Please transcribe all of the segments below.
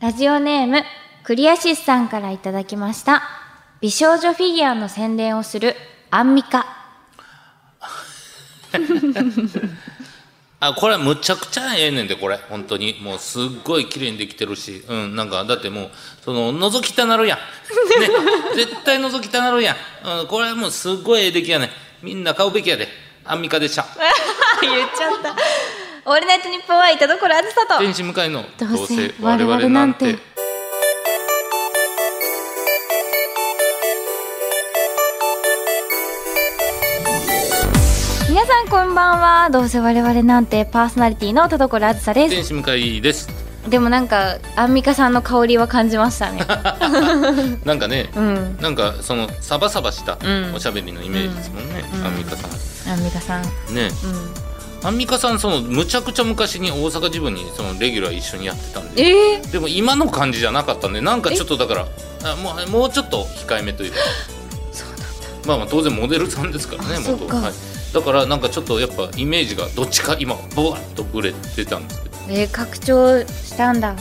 ラジオネーム、クリアシスさんからいただきました。美少女フィギュアの宣伝をするアンミカ。あこれむちゃくちゃええねんでこれ本当にもうすっごい綺麗にできてるしうんなんかだってもうその覗きたな るやん、ね、絶対覗きたなるやん、うん、これはもうすっごいええ出来やねんみんな買うべきやでアンミカでした 言っちゃった。オールナイトニッポンはいたどころあずさと。天使向かいのどうせ我々なんて皆さんこんばんは。どうせ我々なんてパーソナリティの田所あずさです。天使向かいですでもなんか、アンミカさんの香りは感じましたね。なんかね、うん。なんかそのサバサバしたうんおしゃべりのイメージですもんね、 アンミカさんアンミカさん。ねうん。アンミカさんそのむちゃくちゃ昔に大阪時分にそのレギュラー一緒にやってたんでええでも今の感じじゃなかったんでなんかちょっとだからあもうもうちょっと控えめというかそうなんだ。まあまあ当然モデルさんですからねあ元そっかはい、だからなんかちょっとやっぱイメージがどっちか今ボワッとぶれてたんですけどえー、拡張したんだ。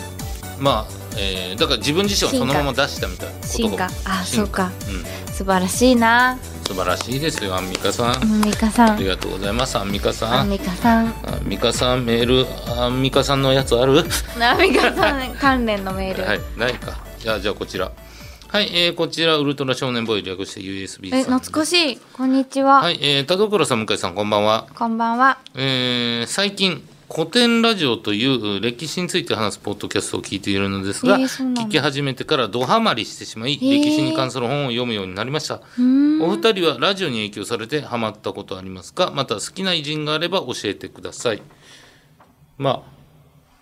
まあ、えーだから自分自身をそのまま出したみたいなこと進化が。あ、進そう化か。うん、素晴らしいな。素晴らしいですよアンミカさんアンミカさありん。がとうございますアンミカさアンんミカさん。アンミカさんメールアンミカさんのやつあるアンミカさん関連のメール。はい、ないか。じゃあ、じゃあこちら。はい、えー、こちら、ウルトラ少年ボーイ略して USB さん。え、懐かしい。しい。こんにちは。はい、えー、田所さん、向井さん、こんばんは。こんばんは。えー、最近、古典ラジオという歴史について話すポッドキャストを聞いているのですが、えーそうなんだ聞き始めてからドハマりしてしまい、ー歴史に関する本を読むようになりました。うーん。お二人はラジオに影響されてハマったことありますかまた好きな偉人があれば教えてください。まあ、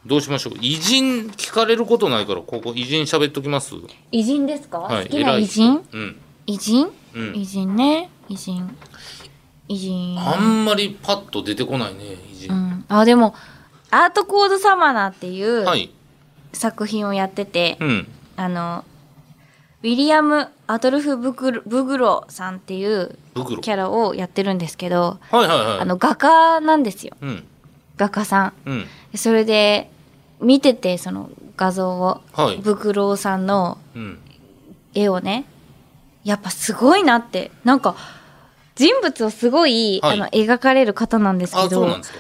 どうしましょう。偉人聞かれることないから、ここ偉人喋っときます。偉人ですか、はい、好きな偉偉い人人うん。偉人、うん偉人ね。偉人。偉人。あんまりパッと出てこないね、偉う人。ん。あ、でも、アートコードサマナーっていうはい。作品をやってて、うん。あの、ウィリアム・アドルフ・ブグロブグロさんっていう袋。キャラをやってるんですけど、はいはいはい。あの、画家なんですよ。うん。画家さん。うん。それで、見てて、その画像を、はいブグロさんのうん。絵をね、やっぱすごいなって、なんか、人物をすごい、はあいの描かれる方なんですけあ、どそうなんですか。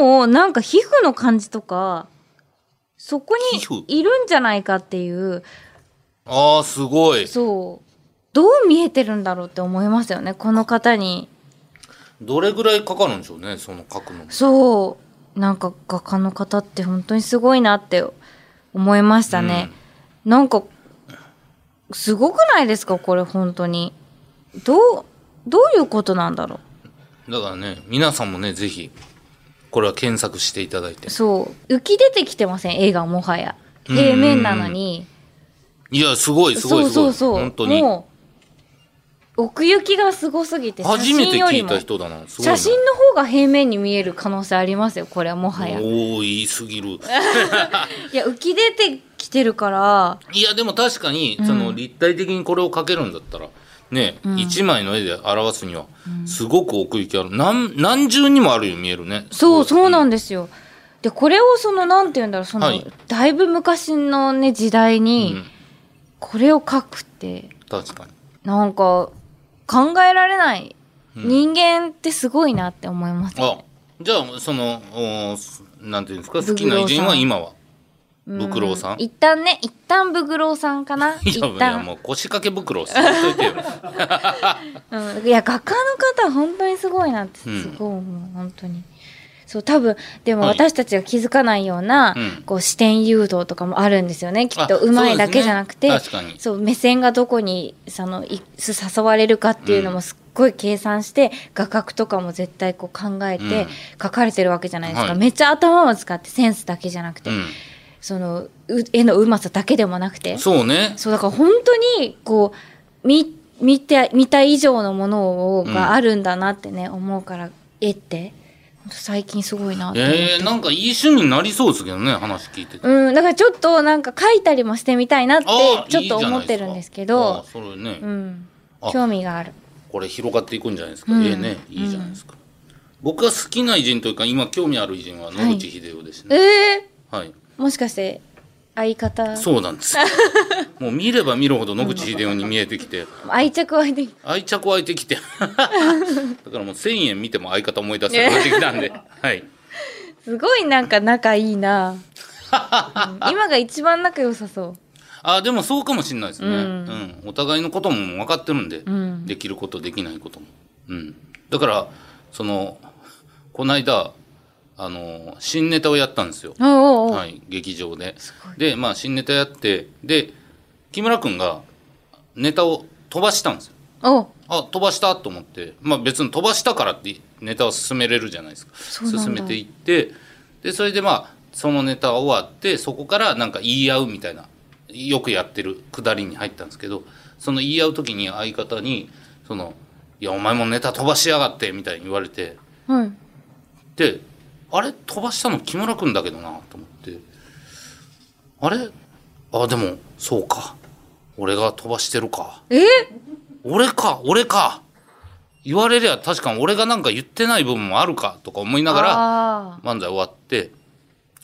もうなんか皮膚の感じとかそこ皮膚にいるんじゃないかっていうああ、すごい。そうどう見えてるんだろうって思いますよねこの方にどれぐらいかかるんでしょうね、その書くの。そうなんか画家の方って本当にすごいなって思いましたね、なんかすごくないですかこれ本当にどうどういうことなんだろだからね、皆さんもね、ぜひ、これは検索していただいてう。そう浮き出てきてません絵がもはやうん平面なのにいや、すごい、すごい、すそごうそい。うそう本当に。もう奥行きがすごすぎて写初め真てより聞いもた人だな。すごいな写真の方が平面に見える可能性ありますよこれはもはやいおお言いすぎる。や浮き出てきてるからいや、でも確かに、その立体的にこれを描けるんだったら、ね、一、枚の絵で表すには、すごく奥行きある。何、何重にもあるよ、見えるね。そうそうなんんですよでこれをそのなんて言うんだろうその、はいだいぶ昔のね時代うにんこれを描くって確かに。なんか考えられない、人間ってすごいなって思いますねあ、じゃあ、その、おすなんていうんですか、好ブきクロなさん偉人は今は。うブクロさん一旦ね一旦ブクロさんかない一や、いや旦もう腰掛け袋をしと いてよ。うん、いや画家の方本当にすごいなってうんすごい思う、本当にそう多分でもはい私たちが気づかないような、うんこう視点誘導とかもあるんですよねきっとあうまいだそうですねけじゃなくて確かにそう目線がどこにそのい誘われるかっていうのもすっごい計算して、画角とかも絶対こう考えうてん描かれてるわけじゃないですか、はいめっちゃ頭を使ってセンスだけじゃなくて、うそのう絵のうまさだけでもなくてん。そうね。そうだから本当にこう見見て見た以上のものをうんがあるんだなってね、思うから絵って本当最近すごいなって思う、えー、なんかいい趣味になりそうですけどね、話聞いてて。うんだからちょっとなんか描いたりもしてみたいなってあーちょっいいじゃとない思ってるんですけどかあーそれね、うんあ興味があるこれ広がっていくんじゃないですか、うんええねいいじゃないですか、僕が好きな偉人というか今興味ある偉人は野口英世ですえね、ー、はいもしかして相方そうな んです。もう見れば見るほど野口英世に見えてきて、愛着湧いてき愛着湧いてき て。だからもう1000円見ても相方思い出せるようになってきた んで。はい。すごいなんか仲いい なうん今が一番仲良さそあでもそうかもしれないですね、ううんんお互いのことも分かってるんで、んできることできないことも、うん、だからそのこの間あの新ネタをやったんですよ、うおうおう、はい、劇場ででまあ新ネタやってで木村君がネタを飛ばしたんですよおあ飛ばしたと思って、まあ、別に飛ばしたからってネタを進めれるじゃないですかうなんだ進めていってでそれでまあそのネタ終わってそこからなんか言い合うみたいなよくやってるくだりに入ったんですけどその言い合う時に相方に「そのいやお前もネタ飛ばしやがって」みたいに言われてはいであれ飛ばしたの木村君だけどなと思ってあれあでもそうか俺が飛ばしてるか。え俺か俺か言われりゃ確かに俺がなんか言ってない部分もあるかとか思いながらあ漫才終わって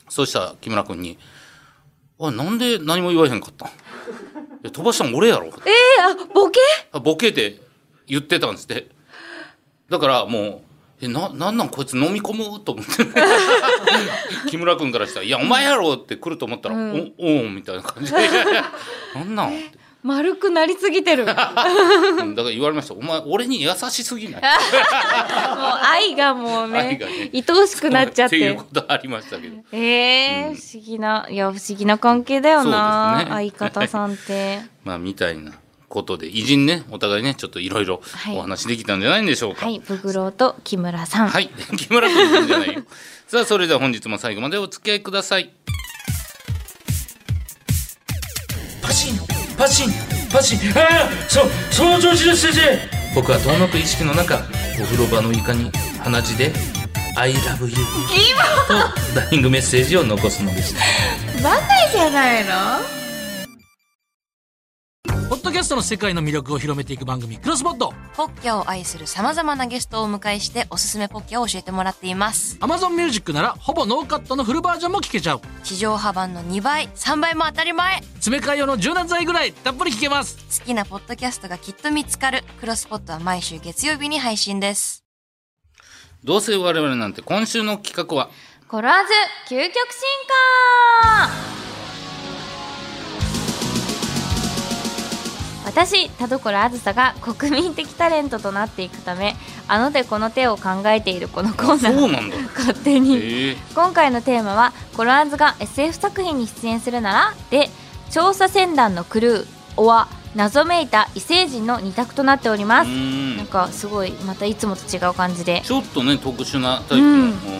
そしたら木村君に「おいなんで何も言わへんかったんいや飛ばしたん俺やろーえー、あボケあ」ボケで言ってたんですってだからもう「えななんなんこいつ飲み込む?」と思って 木村君からしたら「いやお前やろ」って来ると思ったら「うんおおうみたいな感じで 「なんなん?」って。丸くなりすぎて るもううんだから言われました「お前俺に優しすぎない」愛がもう愛ねがね愛おしくなっちゃっっていうてことありましたけど。えー不思議ないや不思議な関係だよそうな、ですね相方さん ってまあ、みたいなことで、偉人ね、お互いね、ちょっといろいろはいお話できたんじゃないんでしょうか。ははい。いブクロウと木村さん、 木村君じゃな いよ。さあ、それでは本日も最後までお付き合いください。パシンパシンパシンああそその調子です先生僕は遠のく意識の中、お風呂場の床に鼻血で、I love you とダイイングメッセージを残すのでした。バカじゃないのポッドキャストの世界の魅力を広めていく番組クロスボットポッキャを愛する様々なゲストをお迎えしておすすめポッキャを教えてもらっています。 Amazon Music ならほぼノーカットのフルバージョンも聞けちゃう地上波版の2倍、3倍も当たり前詰め替え用の柔軟剤ぐらいたっぷり聞けます好きなポッドキャストがきっと見つかる。クロスポットは毎週月曜日に配信です。どうせ我々なんて今週の企画は、コラーズ究極進化私田所あずさが国民的タレントとなっていくためあの手この手を考えているこのコーナそーうなんだ。勝手に、ええ今回のテーマはコロアンズが SF 作品に出演するならで調査船団のクルーおわ謎めいた異星人の二択となっておりまうす、んなんかすごいまたいつもと違う感じでちょっとね特殊なタイプの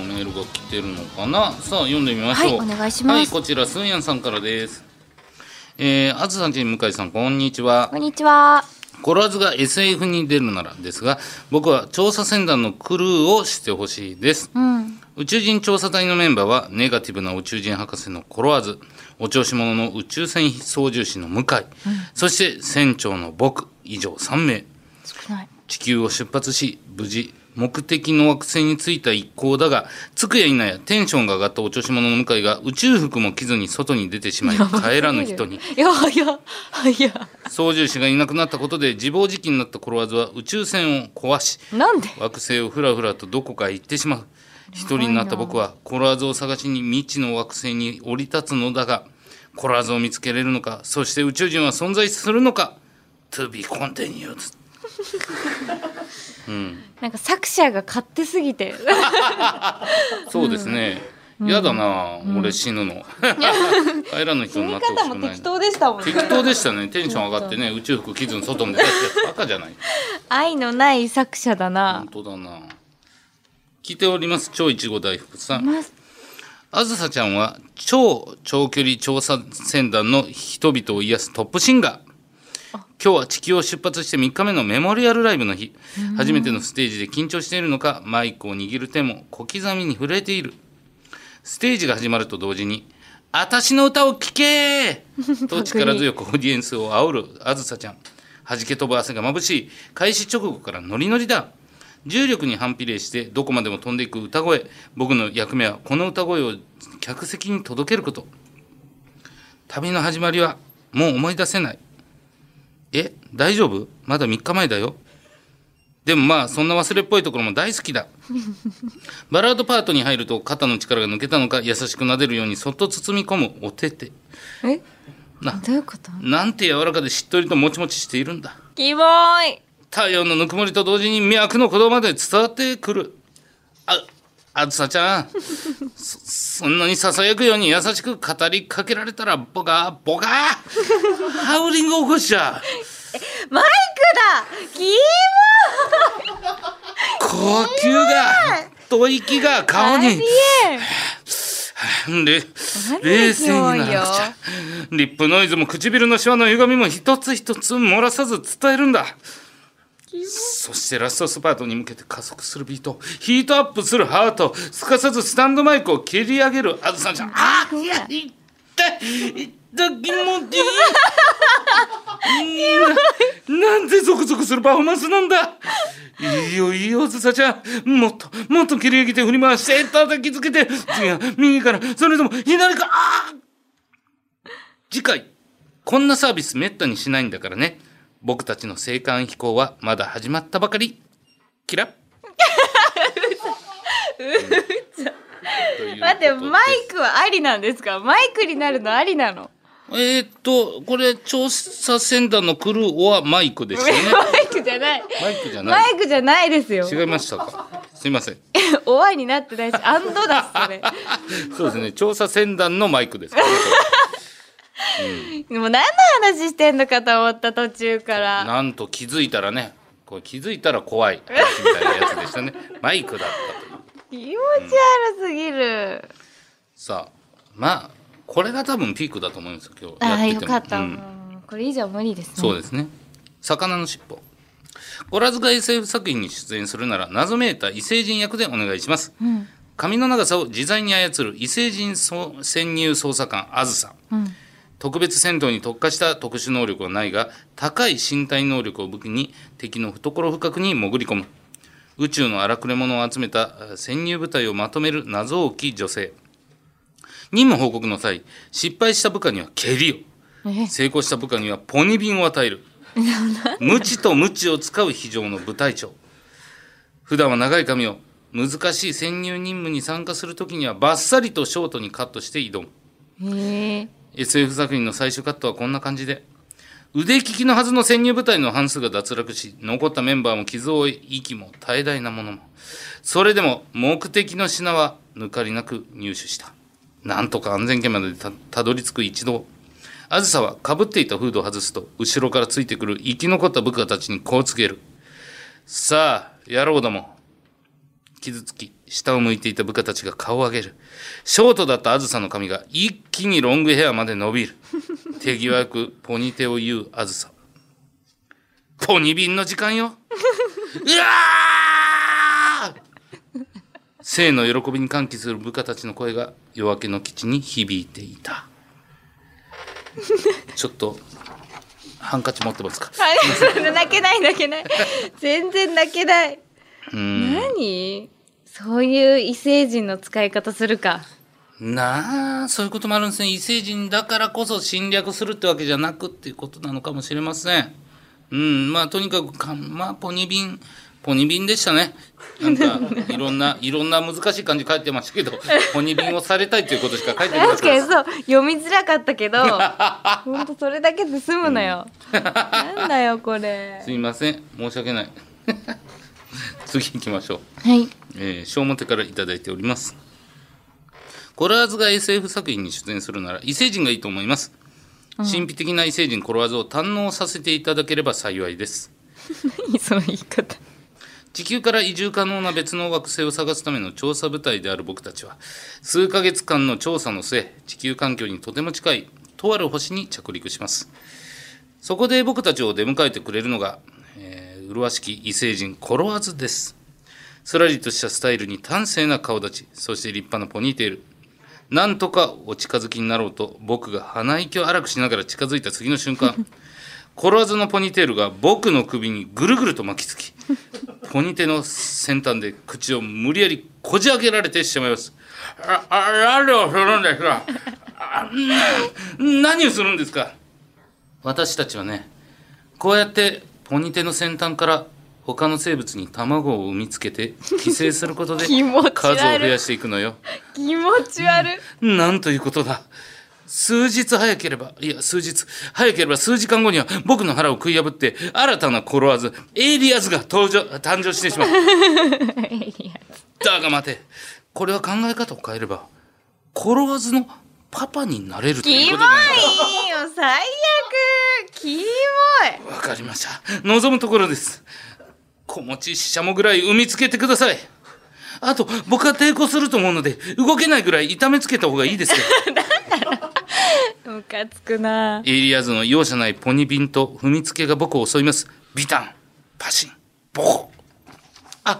メールが来てるのかな、さあ読んでみましょうはいお願いしますはいこちらスンヤンさんからですえー、あずさんち向井さんこんにちはこんにちはコロワズが SF に出るならですが僕は調査船団のクルーをしてほしいですうん宇宙人調査隊のメンバーはネガティブな宇宙人博士のコロワズお調子者の宇宙船操縦士の向井、そして船長の僕以上3名少ない地球を出発し無事目的の惑星に着いた一行だが着くや否やテンションが上がったお調子者の向井が宇宙服も着ずに外に出てしまい帰らぬ人にいやいやいや操縦士がいなくなったことで自暴自棄になったコロワズは宇宙船を壊しなんで惑星をふらふらとどこかへ行ってしまう一人になった僕はコロワズを探しに未知の惑星に降り立つのだがコロワズを見つけれるのかそして宇宙人は存在するのか To be continued なんか作者が勝手すぎてそうですね。嫌、だな、俺死ぬの。帰らぬ人になってほしくないな。でしたも適当でしたね。テンション上がってね、宇宙服着ずに外も出して、赤じゃない。愛のない作者だな本当だな。聞いております、超いちご大福さん。まあずさちゃんは、超長距離調査船団の人々を癒すトップシンガー。今日は地球を出発して3日目のメモリアルライブの日。初めてのステージで緊張しているのか、マイクを握る手も小刻みに震えている。ステージが始まると同時に、私の歌を聴けーと力強くオーディエンスを煽るあずさちゃん。弾け飛ぶ汗が眩しい。開始直後からノリノリだ。重力に反比例してどこまでも飛んでいく歌声。僕の役目はこの歌声を客席に届けること。旅の始まりはもう思い出せない。え、大丈夫まだ3日前だよ。でもまあ、そんな忘れっぽいところも大好きだ。バラードパートに入ると肩の力が抜けたのか、優しく撫でるようにそっと包み込むおてて。えなどういうことなんて柔らかでしっとりともちもちしているんだ。キモい太陽のぬくもりと同時に脈の鼓動まで伝わってくる。あ、あずさちゃん。そ、そんなに囁くように優しく語りかけられたら、僕が、僕が、ハウリング起こしちゃう。マイクだキモ呼吸が、吐息が顔いに、あり何れが冷静にならキモなくちいゃ。リップノイズも唇のシワの歪みも一つ一つ漏らさず伝えるんだ。そしてラストスパートに向けて加速するビート、ヒートアップするハート、すかさずスタンドマイクを蹴り上げるあずさんちゃん。あいや、いったい、いった、気持ちいい。うんなんでゾクゾクするパフォーマンスなんだいいよいいよずさちゃんもっともっと切り上げて振り回して叩きつけて次は右からそれとも左からあー次回こんなサービスめったにしないんだからね僕たちの青函飛行はまだ始まったばかりキラッ待ってマイクはありなんですかマイクになるのありなのえーっとこれ調査船団のクルーはマイクでしたマ よねイクじゃないマイクじゃなマいイクじゃないですよ違いましたかすいません おわになってないしアンドだしそれそうですね調査船団のマイクで すからねこれでも何の話してんのかと思った途中からなんと気づいたらね、これ気づいたら怖い話みたいなやつ でしたね。マイクだったとい気う。持ち悪すぎる、さあ、まあ、これが多分ピークだと思うんですよ、今日ああやよててもかった、うんもうこれ以上無理ですねそうですね。魚の尻尾。ゴラズが SF 作品に出演するなら、謎めいた異星人役でお願いします。髪の長さを自在に操る異星人そう潜入捜査官、あずさ。特別戦闘に特化した特殊能力はないが、高い身体能力を武器に敵の懐深くに潜り込む。宇宙の荒くれ者を集めたえー潜入部隊をまとめる謎多き女性。任務報告の際、失敗した部下には蹴りを。成功した部下にはポニビンを与える。無知と無知を使う非常の部隊長。普段は長い髪を、難しい潜入任務に参加するときにはバッサリとショートにカットして挑む。へえ SF 作品の最終カットはこんな感じで。腕利きのはずの潜入部隊の半数が脱落し、残ったメンバーも傷を負い、息も大大なものも。それでも目的の品は抜かりなく入手した。なんとか安全圏までたたどり着く一同。あずさは被っていたフードを外すと、後ろからついてくる生き残った部下たちにこう告げる。さあ、野郎ども、傷つき、下を向いていた部下たちが顔を上げる。ショートだったあずさの髪が一気にロングヘアまで伸びる。手際よくポニテを言うあずさ。ポニビンの時間よ。うわー生の喜びに歓喜する部下たちの声が夜明けの基地に響いていた。ちょっと、ハンカチ持ってますか。泣けない泣けない全然泣けないうん何そういう異星人の使い方するかなあ、そういうこともあるんですね。異星人だからこそ侵略するってわけじゃなくっていうことなのかもしれません。うん、まあとにかくか、まあポニビン、ポニビンでしたね。なんか、 いろんな、いろんな難しい漢字書いてました けど、ポニビンをされたいということしか書いてなかっ確たかにです。そう読みづらかった けどほんとそれだけで済むのよ、なんだよこれすいません、申し訳ない。 次行きましょう。はいえー、小表からいただいております。コロワーズが SF 作品に出演するなら異星人がいいと思います。神秘的な異星人コロワーズを堪能させていただければ幸いです。何その言い方地球から移住可能な別の惑星を探すための調査部隊である僕たちは、数ヶ月間の調査の末、地球環境にとても近い、とある星に着陸します。そこで僕たちを出迎えてくれるのが、えー、麗しき異星人コロワズです。すらりとしたスタイルに端正な顔立ち、そして立派なポニーテール。なんとかお近づきになろうと、僕が鼻息を荒くしながら近づいた次の瞬間、 コロワズのポニーテールが僕の首にぐるぐると巻きつき、 ポニテの先端で口を無理やりこじ開けられてしまいます。ああ何をするんですか あんな何をするんですか私たちはねこうやってポニテの先端から他の生物に卵を産みつけて寄生することで 気持ち悪い数を増やしていくのよ気持ち悪い。なんということだ。数日早ければ、いや、数日、早ければ数時間後には僕の腹を食い破って、新たなコロワーズ、エイリアズが登場、誕生してしまう。 だが待て、これは考え方を変えれば、コロワーズのパパになれるというキモいことよだ。、最悪。キモい。わかりました。望むところです。子持ちししゃもぐらい産みつけてください。あと、僕は抵抗すると思うので、動けないぐらい痛めつけた方がいいですよ。ムカつくな。エイリアーズの容赦ないポニビンと踏みつけが僕を襲います。ビタン、パシン、ボコ。あ、あ、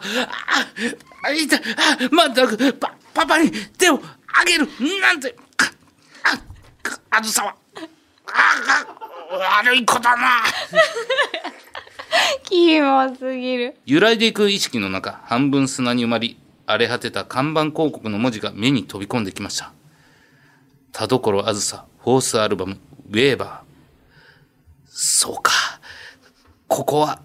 あ、いた、あ、まだ、パ、パパに手をあげる、なんて、か、あ、か、あずさは。あ、あ、悪い子だな。キモすぎる。揺らいでいく意識の中、半分砂に埋まり、荒れ果てた看板広告の文字が目に飛び込んできました。田所あずさ、フォースアルバム、ウェーバー。そうか。ここは、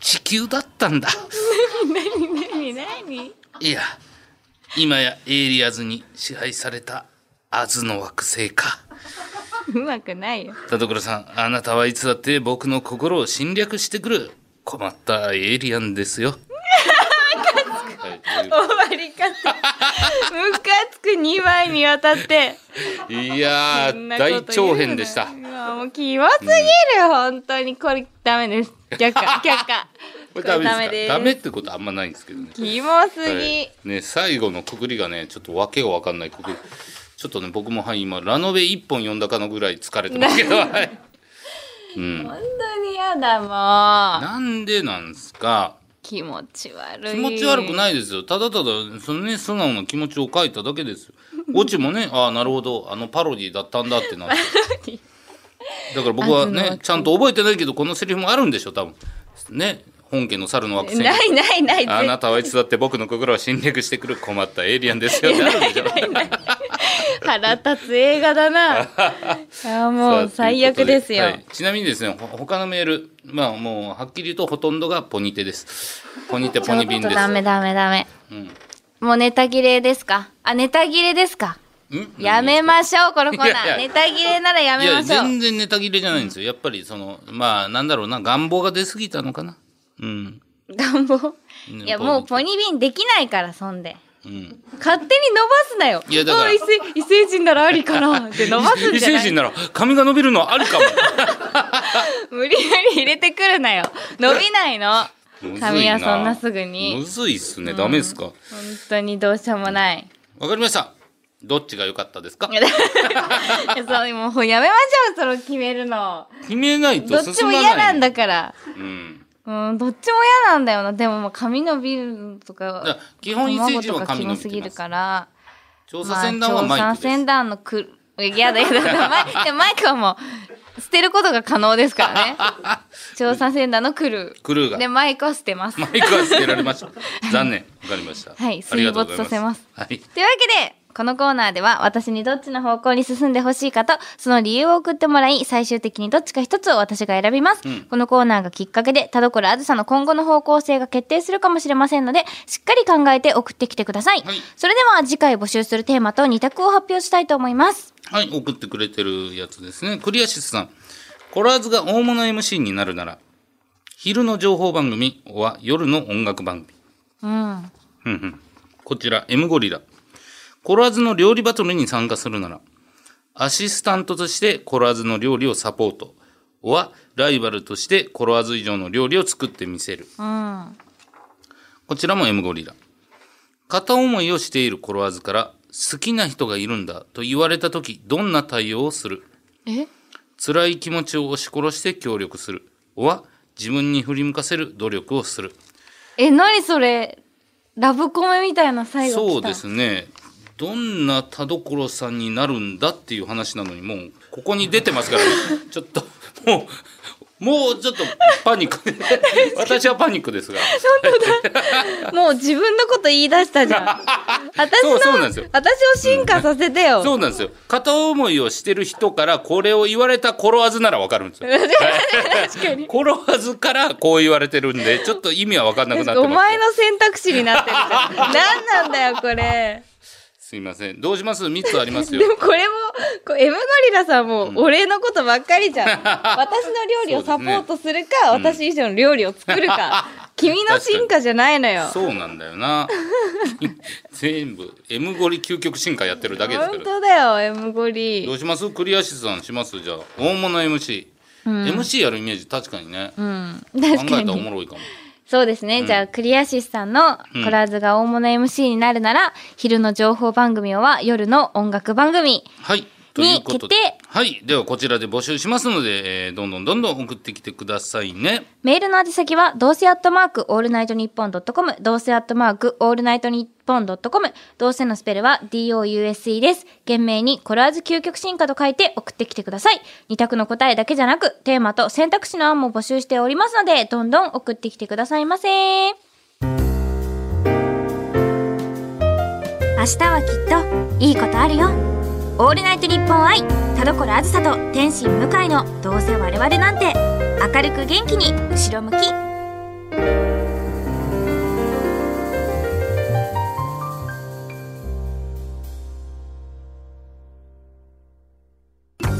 地球だったんだ。なになになにいや、今やエイリアーズに支配された、アズの惑星か。うまくないよ。田所さん、あなたはいつだって僕の心を侵略してくる、困ったエイリアンですよ。はいとい終うわり方。 ムカつく2枚にわたって。いやそんなー、こと言う大な長編でした。うわもうキモすぎる、本当に。これダメです。 却下、却下。これダメですかダメっす。てことあんまないんですけどね。キモすぎ。はいね、最後のくくりがね、ちょっとわけがわかんないくくり。ちょっとね、僕もはい、今、ラノベ一本読んだかのぐらい疲れてますけ ど、はい。うん。本当にやだもう。なんでなんですか気持ち悪い。気持ち悪くい。ないですよ。ただただ、そのね、素直な気持ちを書いただけですよ。オチもね、ああ、なるほど、あのパロディだったんだってなって。 だから僕はあそねの、ちゃんと覚えてないけど、このセリフもあるんでしょ、多分。ね、本家の猿の惑星にないないない。あなたはいつだって僕の心を侵略してくる困ったエイリアンですよってあるでしょ。腹立つ映画だ な。いやもうさあ最悪ですよ。ということではいちなみにですね、ほ他のメール、まあもうはっきりとほとんどがポニテです。ポニテポニビンちょでっとダす。メダメダメ。うんもうネタ切れですかあ、ネタ切れですかんやめましょう、このコーナー。いやいやネタ切れならやいめやましょう。全然ネタ切れじゃないんですよ。やっぱりそのまあなんだろうな願望が出過ぎたのかな。うん願望。ねいや、ポニーもうポニビンできないから、そんで。うん。勝手に伸ばすなよ。いやだからあ異星異星人ならありか なって伸ばすん異じゃな星い人なら髪が伸びるのはあり かも。無理やり入れてくるなよ。伸びないの。髪はそんなすぐむに。ずいっすね。ダメですか。わ、本当にどうしようも ない。かりました。どっちが良かったですか。そう、もうやめましょう、その決めるの。決めないどとっち進もまない。嫌なん。だから。うん。うん、どっちも嫌なんだよな。でも、まあ、髪伸びるとだからか、基本異星人卵とは髪伸かキモすびてぎまるす。から。調査船団はマイクまあで調査す船。団のくる、いやだやだやだ。マイでもマイクはもう、捨てることが可能ですからね。 調査船団のクルー。クルーがで、マイクは捨てます。マイクは捨てられました。残念。わかりました。 はいありがとうござ水没させます。はい。というわけで、このコーナーでは私にどっちの方向に進んでほしいかと、その理由を送ってもらい、最終的にどっちか一つを私が選びます。うんこのコーナーがきっかけで、田所あずさの今後の方向性が決定するかもしれませんので、しっかり考えて送ってきてください。はいそれでは次回募集するテーマと2択を発表したいと思います。はい、送ってくれてるやつですね。クリアシスさん。コラーズが大物 MC になるなら、昼の情報番組は夜の音楽番組。うん。うんうん。こちら、M ゴリラ。コラーズの料理バトルに参加するなら、アシスタントとしてコラーズの料理をサポート。は、ライバルとしてコラーズ以上の料理を作ってみせる。うん。こちらも M ゴリラ。片思いをしているコロワーズから、好きな人がいるんだと言われた時、どんな対応をするえ辛い気持ちを押し殺して協力する。は、自分に振り向かせる努力をする。え、なにそれラブコメみたいな最後そ来うたですね。どんな田所さんになるんだっていう話なのに、もう、ここに出てますからね。ちょっと、もう、もうちょっと パニックで私はパニックですがもう自分のこと言い出した じゃん私そのうそうなんですよ私を進化させてよ、そうなんですよ片思いをしてる人からこれを言われた頃わずならわかるん ですよ確かに頃わずからこう言われてるんでちょっと意味はわかんなくなってます お前の選択肢になってるじゃん何なんだよこれすいませんどうします3つありますよでもこれもこう M ゴリラさんもお礼のことばっかりじゃん私の料理をサポートするかそうです私以上の料理を作 るか君の進化じゃないのよそうなんだよな 全部 M ゴリ究極進化やってるだけですけ本ど当だよ M ゴリどうしますクリアシスさんしますじゃあ大物 MC、MC やるイメージ確かにね、うん考確えかたらおにもろいかもそうですね、じゃあクリアシスさんのコラーズが大物 MC になるなら、昼の情報番組は夜の音楽番組はいということでに決定はいではこちらで募集しますので、えーどんどんどんどん送ってきてくださいねメールの宛先は、どうせアットマークオールナイトニッポンドットコム、どうせアットマークオールナイトニッポンドットコム、どうせのスペルは DOUSE です。懸命にコラーズ究極進化と書いて送ってきてください。二択の答えだけじゃなく、テーマと選択肢の案も募集しておりますので、どんどん送ってきてくださいませ。明日はきっといいことあるよ。オールナイトニッポン愛田所あずさと天心向井のどうせ我々なんて明るく元気に後ろ向き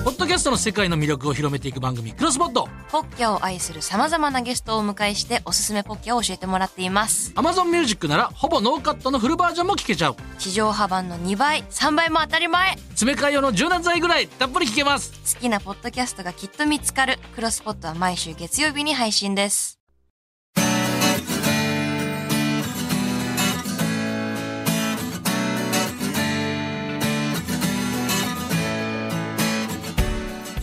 ポッドキャストの世界の魅力を広めていく番組、クロスポットポッキャを愛する様々なゲストをお迎えしておすすめポッキャを教えてもらっています。 Amazon Music なら、ほぼノーカットのフルバージョンも聞けちゃう。地上波版の2倍、3倍も当たり前詰め替え用の柔軟剤ぐらい、たっぷり聞けます。好きなポッドキャストがきっと見つかる。クロスポットは毎週月曜日に配信です。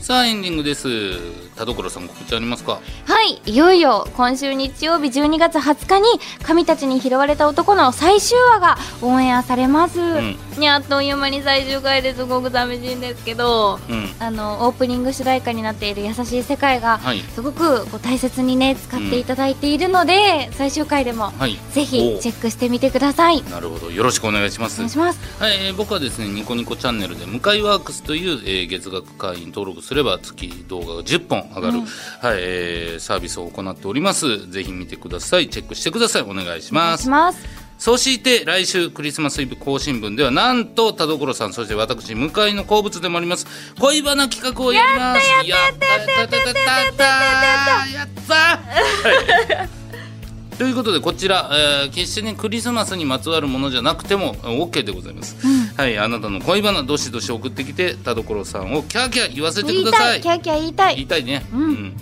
さあエンディングです田所さん告知ありますかはいいよいよ今週日曜日12月20日に「神たちに拾われた男」の最終話がオンエアされます、んにあっという間に最終回ですごく寂しいんですけどうんあのオープニング主題歌になっている「優しい世界」がはいすごくこう大切にね使っていただいているので、最終回でもはいぜひチェックしてみてくださいなるほどよろしくお願いしまおす願いしますはい、えー僕はですね、ニコニコチャンネルで、向井ワークスという、えー月額会員登録すれば月動画が10本上がる、はい、えーサービスを行っております。ぜひ見てください。チェックしてください。お願いしお願まいすし。ますそして来週クリスマスイブ更新分ではなんと田所さんそして私向井の好物でもあります恋バナ企画をやりますやったやったやったやった やったということでこちら、えー決してねクリスマスにまつわるものじゃなくてもえー OK でございます、はいあなたの恋バナどしどし送ってきて田所さんをキャーキャー言わせて言くいたださいいキャーキャー言いたい言いたいね、んうん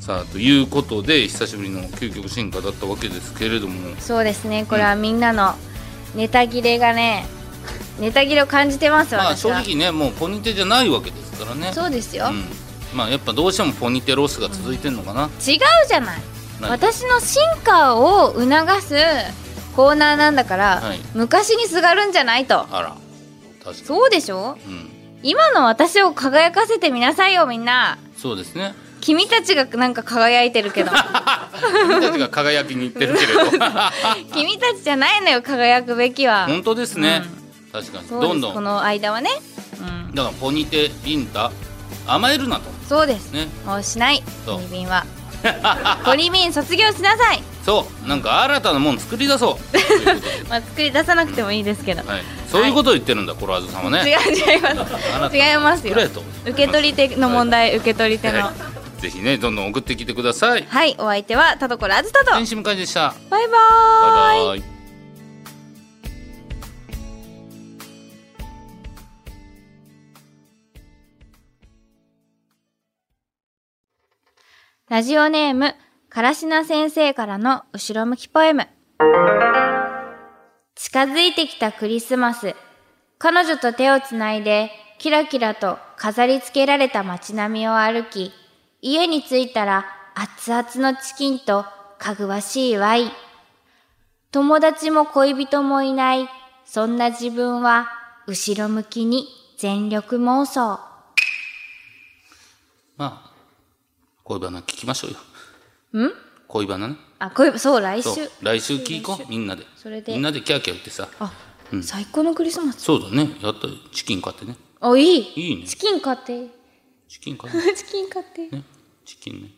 さあということで久しぶりの究極進化だったわけですけれどもそうですねこれはみんなのネタ切れがねネタ切れを感じてますまあ私正は、直ねもうポニテじゃないわけですからねそうですよ、違ううん、まあやっぱどうしてもポニテロスが続いてんのかな、じゃない何私の進化を促すコーナーなんだから、はい昔にすがるんじゃないとあら確かにそうでしょうん、今の私を輝かせてみなさいよみんなそうですね君たちがなんか輝いてるけ ど君たちが輝きにいってるけ れど君たちじゃないのよ輝くべきは本当ですね、確かにそうですどんどこんだかの間はね、うん、らポニテリンタ甘えるなとそうです、ねもうしないそうポリビンは ポリビン卒業しなさいそうなんか新たなもん作り 出そうということでまあ、作り出さなくてもいいですけど、はい、そういうことを言ってるんだ、コロワーズさんは違ねう違いますあなた違いますよ作れと受け取り手の問題受け取り手のははいぜひねどんどん送ってきてくださいいお相手は田所あずたと天使向井でしたバイババーイイバイラジオネームからしな先生からの後ろ向きポエム近づいてきたクリスマス彼女と手をつないでキラキラと飾り付けられた街並みを歩き家に着いたら熱々のチキンとかぐわしいワイン友達も恋人もいないそんな自分は後ろ向きに全力妄想まあ恋バナ聞きましょうよ。ん恋バナね。あ、こういう、そう、来そう週。。来週聞こう、みんなで。それでみんなでキャーキャー言ってさ。あ、最高のクリスマス。そうだね。やったらチキン買ってね。あ、いい。いいねチキン買って。チキン買って。チキン買って。ね。チキンね。